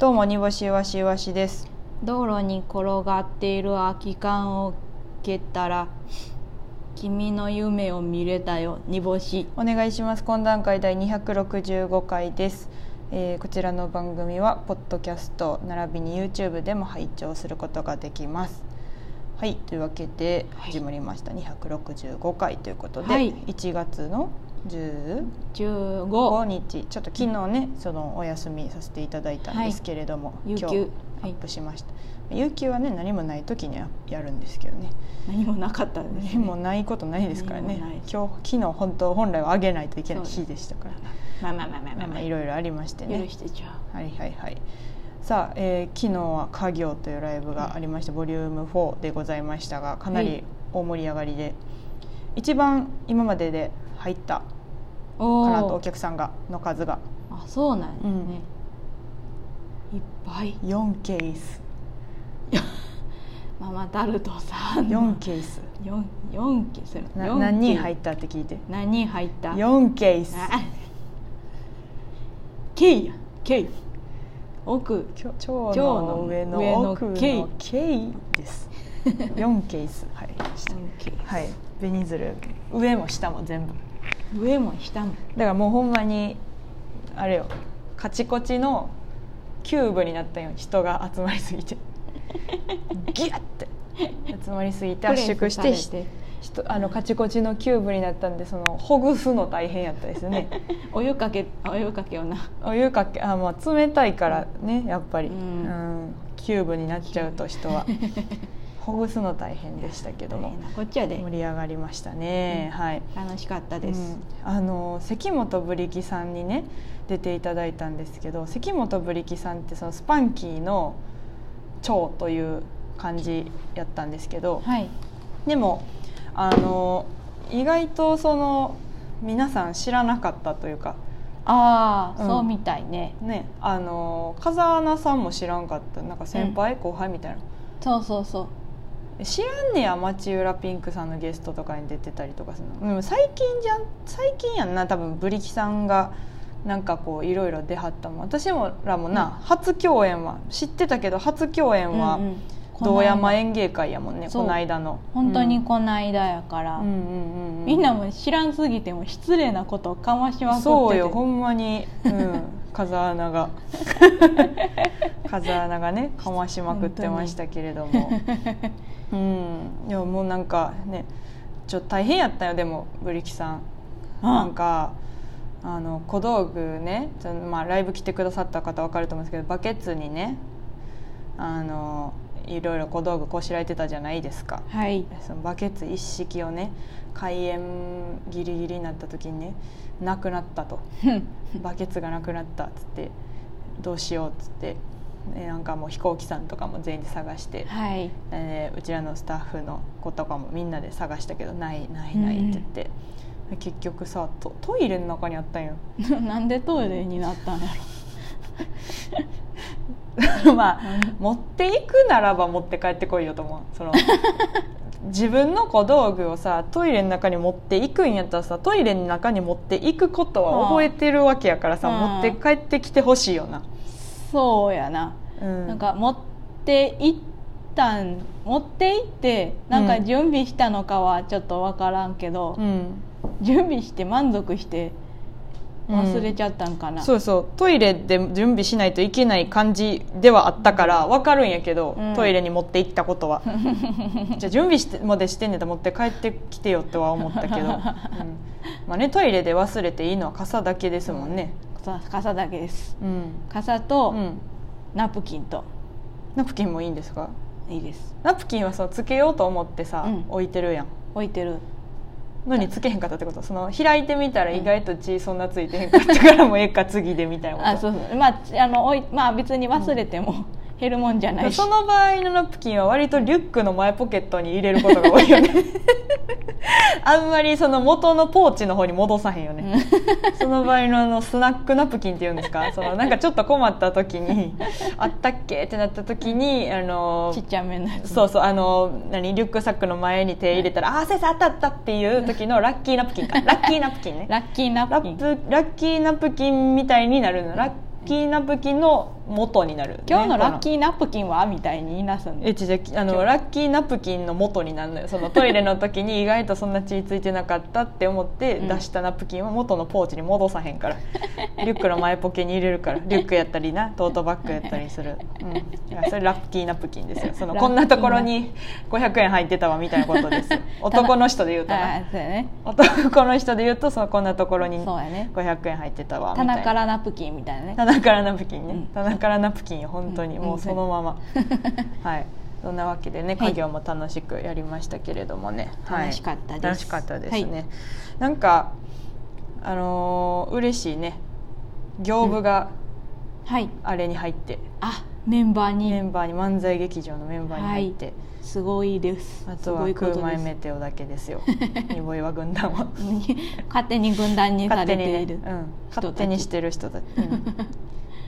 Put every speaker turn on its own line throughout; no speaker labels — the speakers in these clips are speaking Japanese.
どうも煮干しわしわしです
道路に転がっている空き缶を蹴ったら君の夢を見れたよ煮干し
お願いします懇談会第265回です、えーこちらの番組はポッドキャスト並びに YouTube でも拝聴することができますはいというわけで
はい
始まりました、265回ということで、
はい
1月の10 5
15
日ちょっと昨日ねそのお休みさせていただいたんですけれども、
有
今
給
日
は
アッ
い
プしました、有給はね何もない時にはやるんですけどね
何もなかったです
何もないことないですからね
何もない
今日昨日本当本来はあげないといけない
そ
日
う
でしたから
まあまあまあまあ
まあ
まあま
ま
あ
あいろいろありまして
許
ね
してちゃ
はいはいはいさあ、えー昨日は「家業」というライブがありまして、ボリューム4でございましたがかな
は
り
い
大盛り上がりで、一番今までで入った
う
か
お
なとお
お
客さんがの数が
あそうなんですね、いっぱい
4ケース
ママタルトさん
4ケース
四四期する
な
四期
何人入ったって聞いて
何人入った
4ケース
あ K や K 奥
ちょ腸の上
上の
の奥の
毛
ケイです。四ケースはい。はい。ベニズル上も下も全部。だ
上も下も
からもうほんまにあれよカチコチのキューブになったように人が集まりすぎ てギュッて集まりすぎて圧縮して
プレスされて
人あのカチコチのキューブになったんでそのほぐすの大変やったです ね。
お湯かけお湯かけをな
お湯かけあまあ冷たいからねやっぱり、う
うんん
キューブになっちゃうと人 はほぐすの大変でしたけど
大
も
変なこっちやで
盛り上がりましたね、
うん
はい、
楽しかったです、
うんあの関本ブリキさんにね出ていただいたんですけど関本ブリキさんってそのスパンキーの長という感じやったんですけど、
はい
でもあの意外とその皆さん知らなかったというか
ああ、
うん
そうみたいね
ねあの風穴さんも知らんかったなんか先輩、後輩みたいな
そうそうそう
え知らんねや町浦ピンクさんのゲストとかに出てたりとかするのでも最近じゃん最近やんな多分ブリキさんがなんかこういろいろ出はったもん私もらもな、初共演は知ってたけど初共演は
うんうんこの
堂
間
山演芸会やもんね、
そう
この間の
本当にこの間やから、
うんうんうんうん
みんなも知らんすぎても失礼なことをかましまくってて
そうよほんまに、 うん、風穴が風穴がねかましまくってましたけれどもうんいやもうなんかねちょっと大変やったよでもブリキさんなんかあの小道具ね、ちょまあ、ライブ来てくださった方わかると思うんですけどバケツにねあのいろいろ小道具こしらえてたじゃないですか。
はい
そのバケツ一式をね開演ギリギリになった時にねなくなった とバケツがなくなったっつってどうしようっつって、ね、なんかもう飛行機さんとかも全員で探して、
はい
えーうちらのスタッフの子とかもみんなで探したけどないないないって言って、結局さトトイレの中にあったんよ
なんでトイレになったんだろ
まあ
う
持っていくならば持って帰ってこいよと思 うその自分の小道具をさトイレの中に持っていくんやったらさトイレの中に持っていくことは覚えてるわけやからさ、
うん
持って帰ってきてほしいよな、
そうやな
うん
なんか持っていったん持っていってなん
う
か
ん
準備したのかはちょっと分からんけど
う、ん
準備して満足して忘れちゃったんかな、
そうそうトイレで準備しないといけない感じではあったから分かるんやけど、
うん
トイレに持って行ったこと はじゃあ準備してまでしてんねんと持って帰ってきてよとは思った けど、うんまあね、トイレで忘れていいのは傘だけですもんね、
さ傘だけです
うん
傘
う
と
ん、
ナプキンと
ナプキンもいいんですか
いいです
ナプキンはそうつけようと思ってさ、
うん
置いてるやん
置いてる
のにつけへんかったってことその開いてみたら意外と血そんなついてへんかった からもうええか次でみたいなこと
あそうそうまあちあのおいまあ別に忘れても減るもんじゃないし、
その場合のナプキンは割とリュックの前ポケットに入れることが多い よねあんまりその元のポーチの方に戻さへんよね その場合のあのスナックナプキンっていうんですかそのなんかちょっと困った時 にあったっけってなった時にあの
ちっちゃめのやつ
そうそうあの何リュックサックの前に手入れたら、ああー先生当たったっていう時のラッキーナプキン かラッキーナプキンね
ラッキーナ
ラ
プキン
ップラッキーナプキンみたいになるのラッキーナプキンの元になる、ね
今日のラッキ
ー
ーナプキンはみたいに言いなすん
え
で
違うあ
今
の
日
ラッキーナプキンの元になるのよそのトイレの時 に意外とそんな血ついてなかったって思って
うん
出したナプキンを元のポーチに戻さへんから リュックの前ポケに入れるからリュックやったりなトートバッグやったりする、うん、だからそれラッキーナプキンですよその
ラッキー
こんなところ
ナ
に500円入ってたわみたいなこと ですよ男の人で言うと
あ
な
あそうやね
男の人で言うとそのこんなところに
そうやね
500円入ってたわみたいな
棚からナプキンみたいなね
棚からナプキンね、
うん
棚からナプキンよ本当に、
うん
もうそのままはいそんなわけでね
はい
家業も楽しくやりましたけれどもね、はい
楽しかったです
楽しかったですね、
は
なんかあのー嬉しいね業務が
はい
あれに入って、
あメンバー
メ
に
ンバーに漫才劇場のメンバーに入って、
すごいです
あ
す
とは
ごいこ
空
と
前
で
メ
す
テオだけです よニボイは軍団は
勝手に軍団にさ
勝手
れ
に
て
ね、
いる、
うん、勝手にしてる人たち、 うん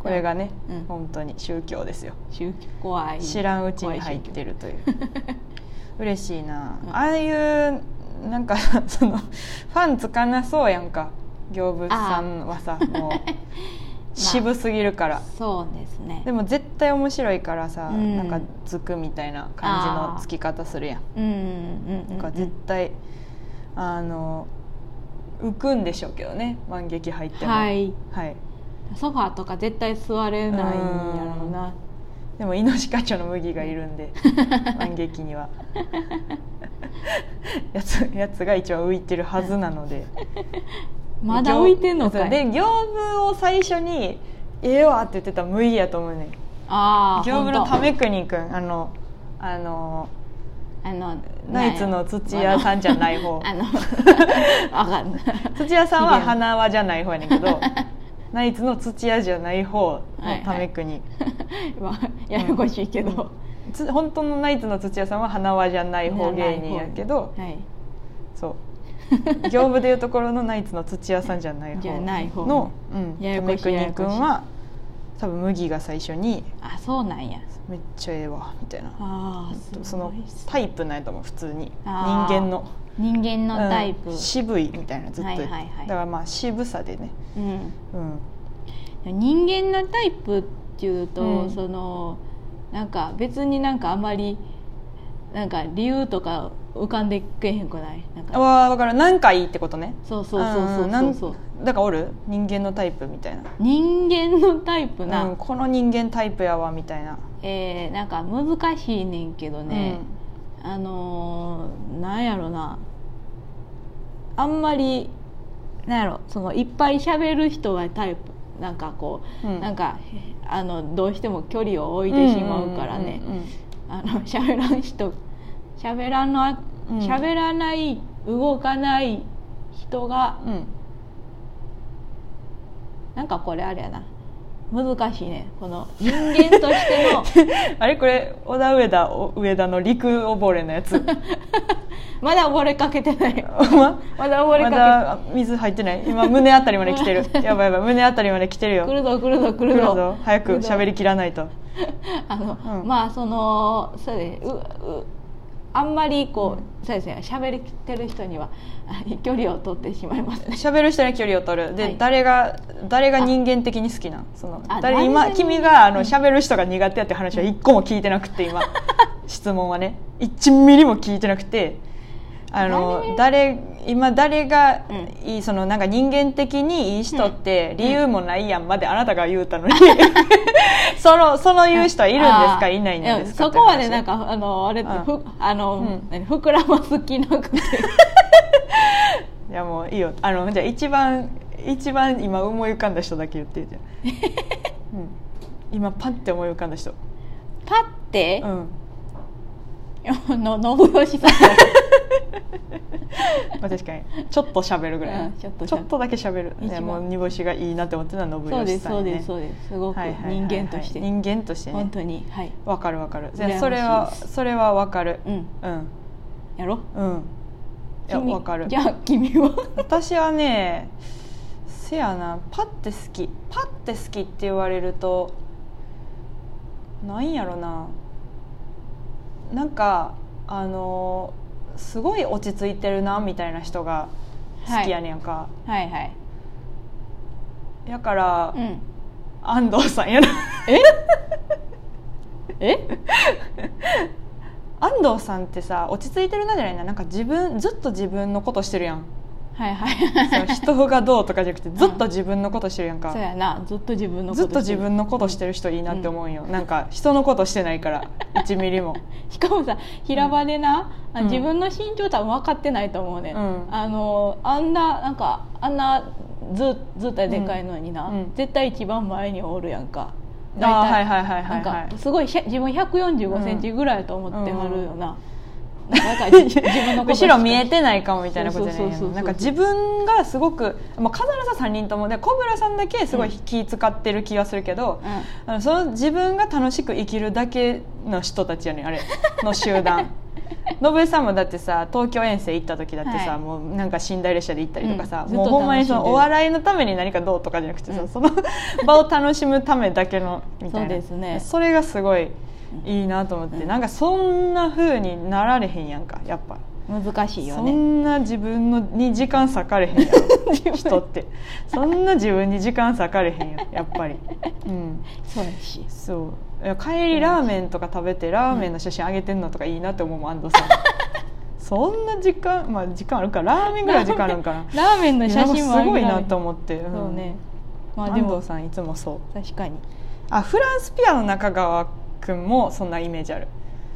これがね、
うん
本当に宗教ですよ
宗教怖い
知らんうちに入ってるという嬉しいな、
うん
ああいうなんか そのファンつかなそうやんか行物さんはさ もう渋すぎるから、
そうですね
でも絶対面白いからさ、
うん
なんかつくみたいな感じのつき方するやん
うんうんうんうん
なんか絶対、あの浮くんでしょうけどね万劇入っても
はい
はい
ソファーとか絶対座れないんやろうな
でもイノシカチョの麦がいるん で万劇には やつやつが一番浮いてるはずなので
まだ浮いてんのかい
で行部を最初に「ええわ」って言ってた麦やと思うねん
ああ
行部のため
ほんと
くにくんあのあの
あの
ナイツの土屋さんじゃない方
あのあかんない
土屋さん
ひ
は
げ
花輪じゃない方やねんけどナイツの土屋じゃない方のためくに、
まあややこしいけど、
つ本当のナイツの土屋さんは花輪じゃない方芸人やけど
はい、
そう業務でいうところのナイツの土屋さんじゃない方
じゃない方
の、うん、
やや
た
こ
め
しい
く
やや
に
こ
く
しい
んは多分麦が最初に
あそうなんや
「めっちゃええわ」みたいな
ああ
そのタイプなんやと思う普通に人
あー
間の
人間のタイプ、
うん渋いみたいなずっと言って、
はいはいはい
だからまあ渋さでね、
うん
うん、
人間のタイプっていうと、
うん
そのなんか別になんかあんまりなんか理由とか浮かんでけへんくないなんか
わあ分かる何かいいってことね
そうそうそうそ
ん
うそ
な
うんそう
だからおる人間のタイプみたいな
人間のタイプな、
うん、この人間タイプやわみたいな、
えーなんか難しいねんけどね、あのーなんやろなあんまりなんやろそのいっぱい喋る人はタイプなんかこう、
うん
なんかあのどうしても距離を置いてしまうからね、
うんうんうん
あの 喋らん人喋らな
うん
喋らない動かない人が
うんうん
なんかこれあれやな難しいねこの人間としての
あれこれ小田上田お上田の陸溺れの やつ
まだ溺れかけてない
ま
まだ溺れ
ま
か
だ水入ってない今胸あたりまで来て るやばいやばい胸あたりまで来てる
けて来
よ
るぞ来るぞ来
来
る
る
ぞ
ぞ早く
来るぞ
喋りきらないと
あの、
うん
まあそのそうですううあんまりこう、そうですね喋ってる人には あ距離を取ってしまいますね
喋る人に距離を取るで、
はい
誰が誰が人間的に好きなんその
あ
誰
誰
今
が
君があの喋る人が苦手やって話は一個も聞いてなくて 今質問はね1ミリも聞いてなくてあの誰今誰がいい、そのなんか人間的にいい人って理由もないやんまであなたが言うた のにそのその言う人はいるんです
あ
か
ー
いないんですか
うんそこまで
って話
なんかあのあれって
うん
ふあの、
うん
何膨らます気な くて
いやもういいよあのじゃあ一番一番今思い浮かんだ人だけ言ってじゃあ、 うん、今パッて思い浮かんだ人
パッて
う、ん
の信 義さん
まあ確かにちょっと喋るぐらい、
うんちょっと喋る
だけ喋る
一
ね
番
もう煮干しがいいなって思ってたのは信
そうで
義
す
さん
そ
や
う
ね
ですそうですすごく
はいはいはいはい
人間として、
人間としてね
本当にはい
わかるわかるい
羨ましいで
や
す
それはそれはわかる
うん
うん
やろ
うんいや
君
わかる
じゃあ君は
私はねせやなパッて好きパッて好きって言われるとなんやろななんかあのすごい落ち着いてるなみたいな人が好きやねんか、
はいはい
やから、
うん
安藤さんやな
ええ
安藤さんってさ落ち着いてるなじゃないななんか自分ずっと自分のことしてるや ん
はいはい
そう人がどうとかじゃなくてずっと自分のことしてるやんか
そうやなずっと自分のこと
ずっと
して
自
る
分のことしてる人いいなって思うよ、なんか人のことしてない から1ミリも
しかもさ平場でな、あ
うん
自分の身長多分分かってないと思うね、
うん
あのあんななんかあんなずずっとでかいのにな、
うんうん
絶対一番前におるやんか
あーはい
い
はいはいは
ないん
は
か
い
すごいひゃ自分1 4 5ンチぐらいやと思ってはるよ な、なんか自分のことし
後
か
ろ見えてないかもみたいなことじゃ
そう
な
そ
い
うそうそう
のなんか自分がすごく、まあ、必ず3人ともで小倉さんだけすごい気使ってる気がするけど、
う
あ
ん
のその自分が楽しく生きるだけの人たちやねん あれの集団信江さんもだってさ東京遠征行った時だってさ、
はい
もうなんか寝台列車で行ったりとかさ、
うん
もう
ずっと
ほんまにそ
楽しん
の
でる
お笑いのために何かどうとかじゃなくてさ、
うん
その場を楽しむためだけのみたいな
そうですね
それがすごいいいなと思って、
うん
なんかそんな風になられへんやんかやっぱ。
難しいよ
そ
ね
んな自分のに時間割かれへんやん人ってそんな自分に時間割かれへんやんやっぱりうん
そうやし
そういや帰りラーメンとか食べてラーメンの写真あげてんのとかいいなって思うもん安藤さん そんな時間まあ時間あるかラーメンぐらい時間あるんか な
ラーメンの写
いや
真
な
も
んか
あ
す
る
ごい
ら
なと思って、うん
そうねまあで
安
も
藤さんいつもそう
確かに
あフランスピアの中川君もそんなイメージある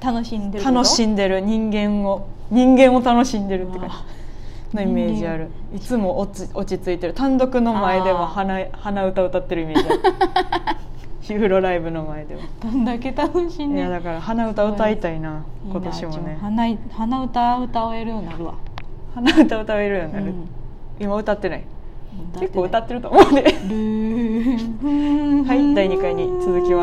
楽しんでる
楽し
ん
んでる人間を人間を楽しんでるって感じ
あ
のイメージあるいつも落ち落ち着いてる単独の前でも
あー
鼻鼻歌歌ってるイメージ あるユーロライブの前でも
どんだけ楽しん
い
で
や
る
だから鼻歌歌いたいな今年も
いいなうち
ね
鼻い鼻歌歌えるようになるわ、
鼻歌歌えるようになる、
うん
今歌ってない
歌ってない
結構歌ってると思うね
ルー
はい第2回に続きます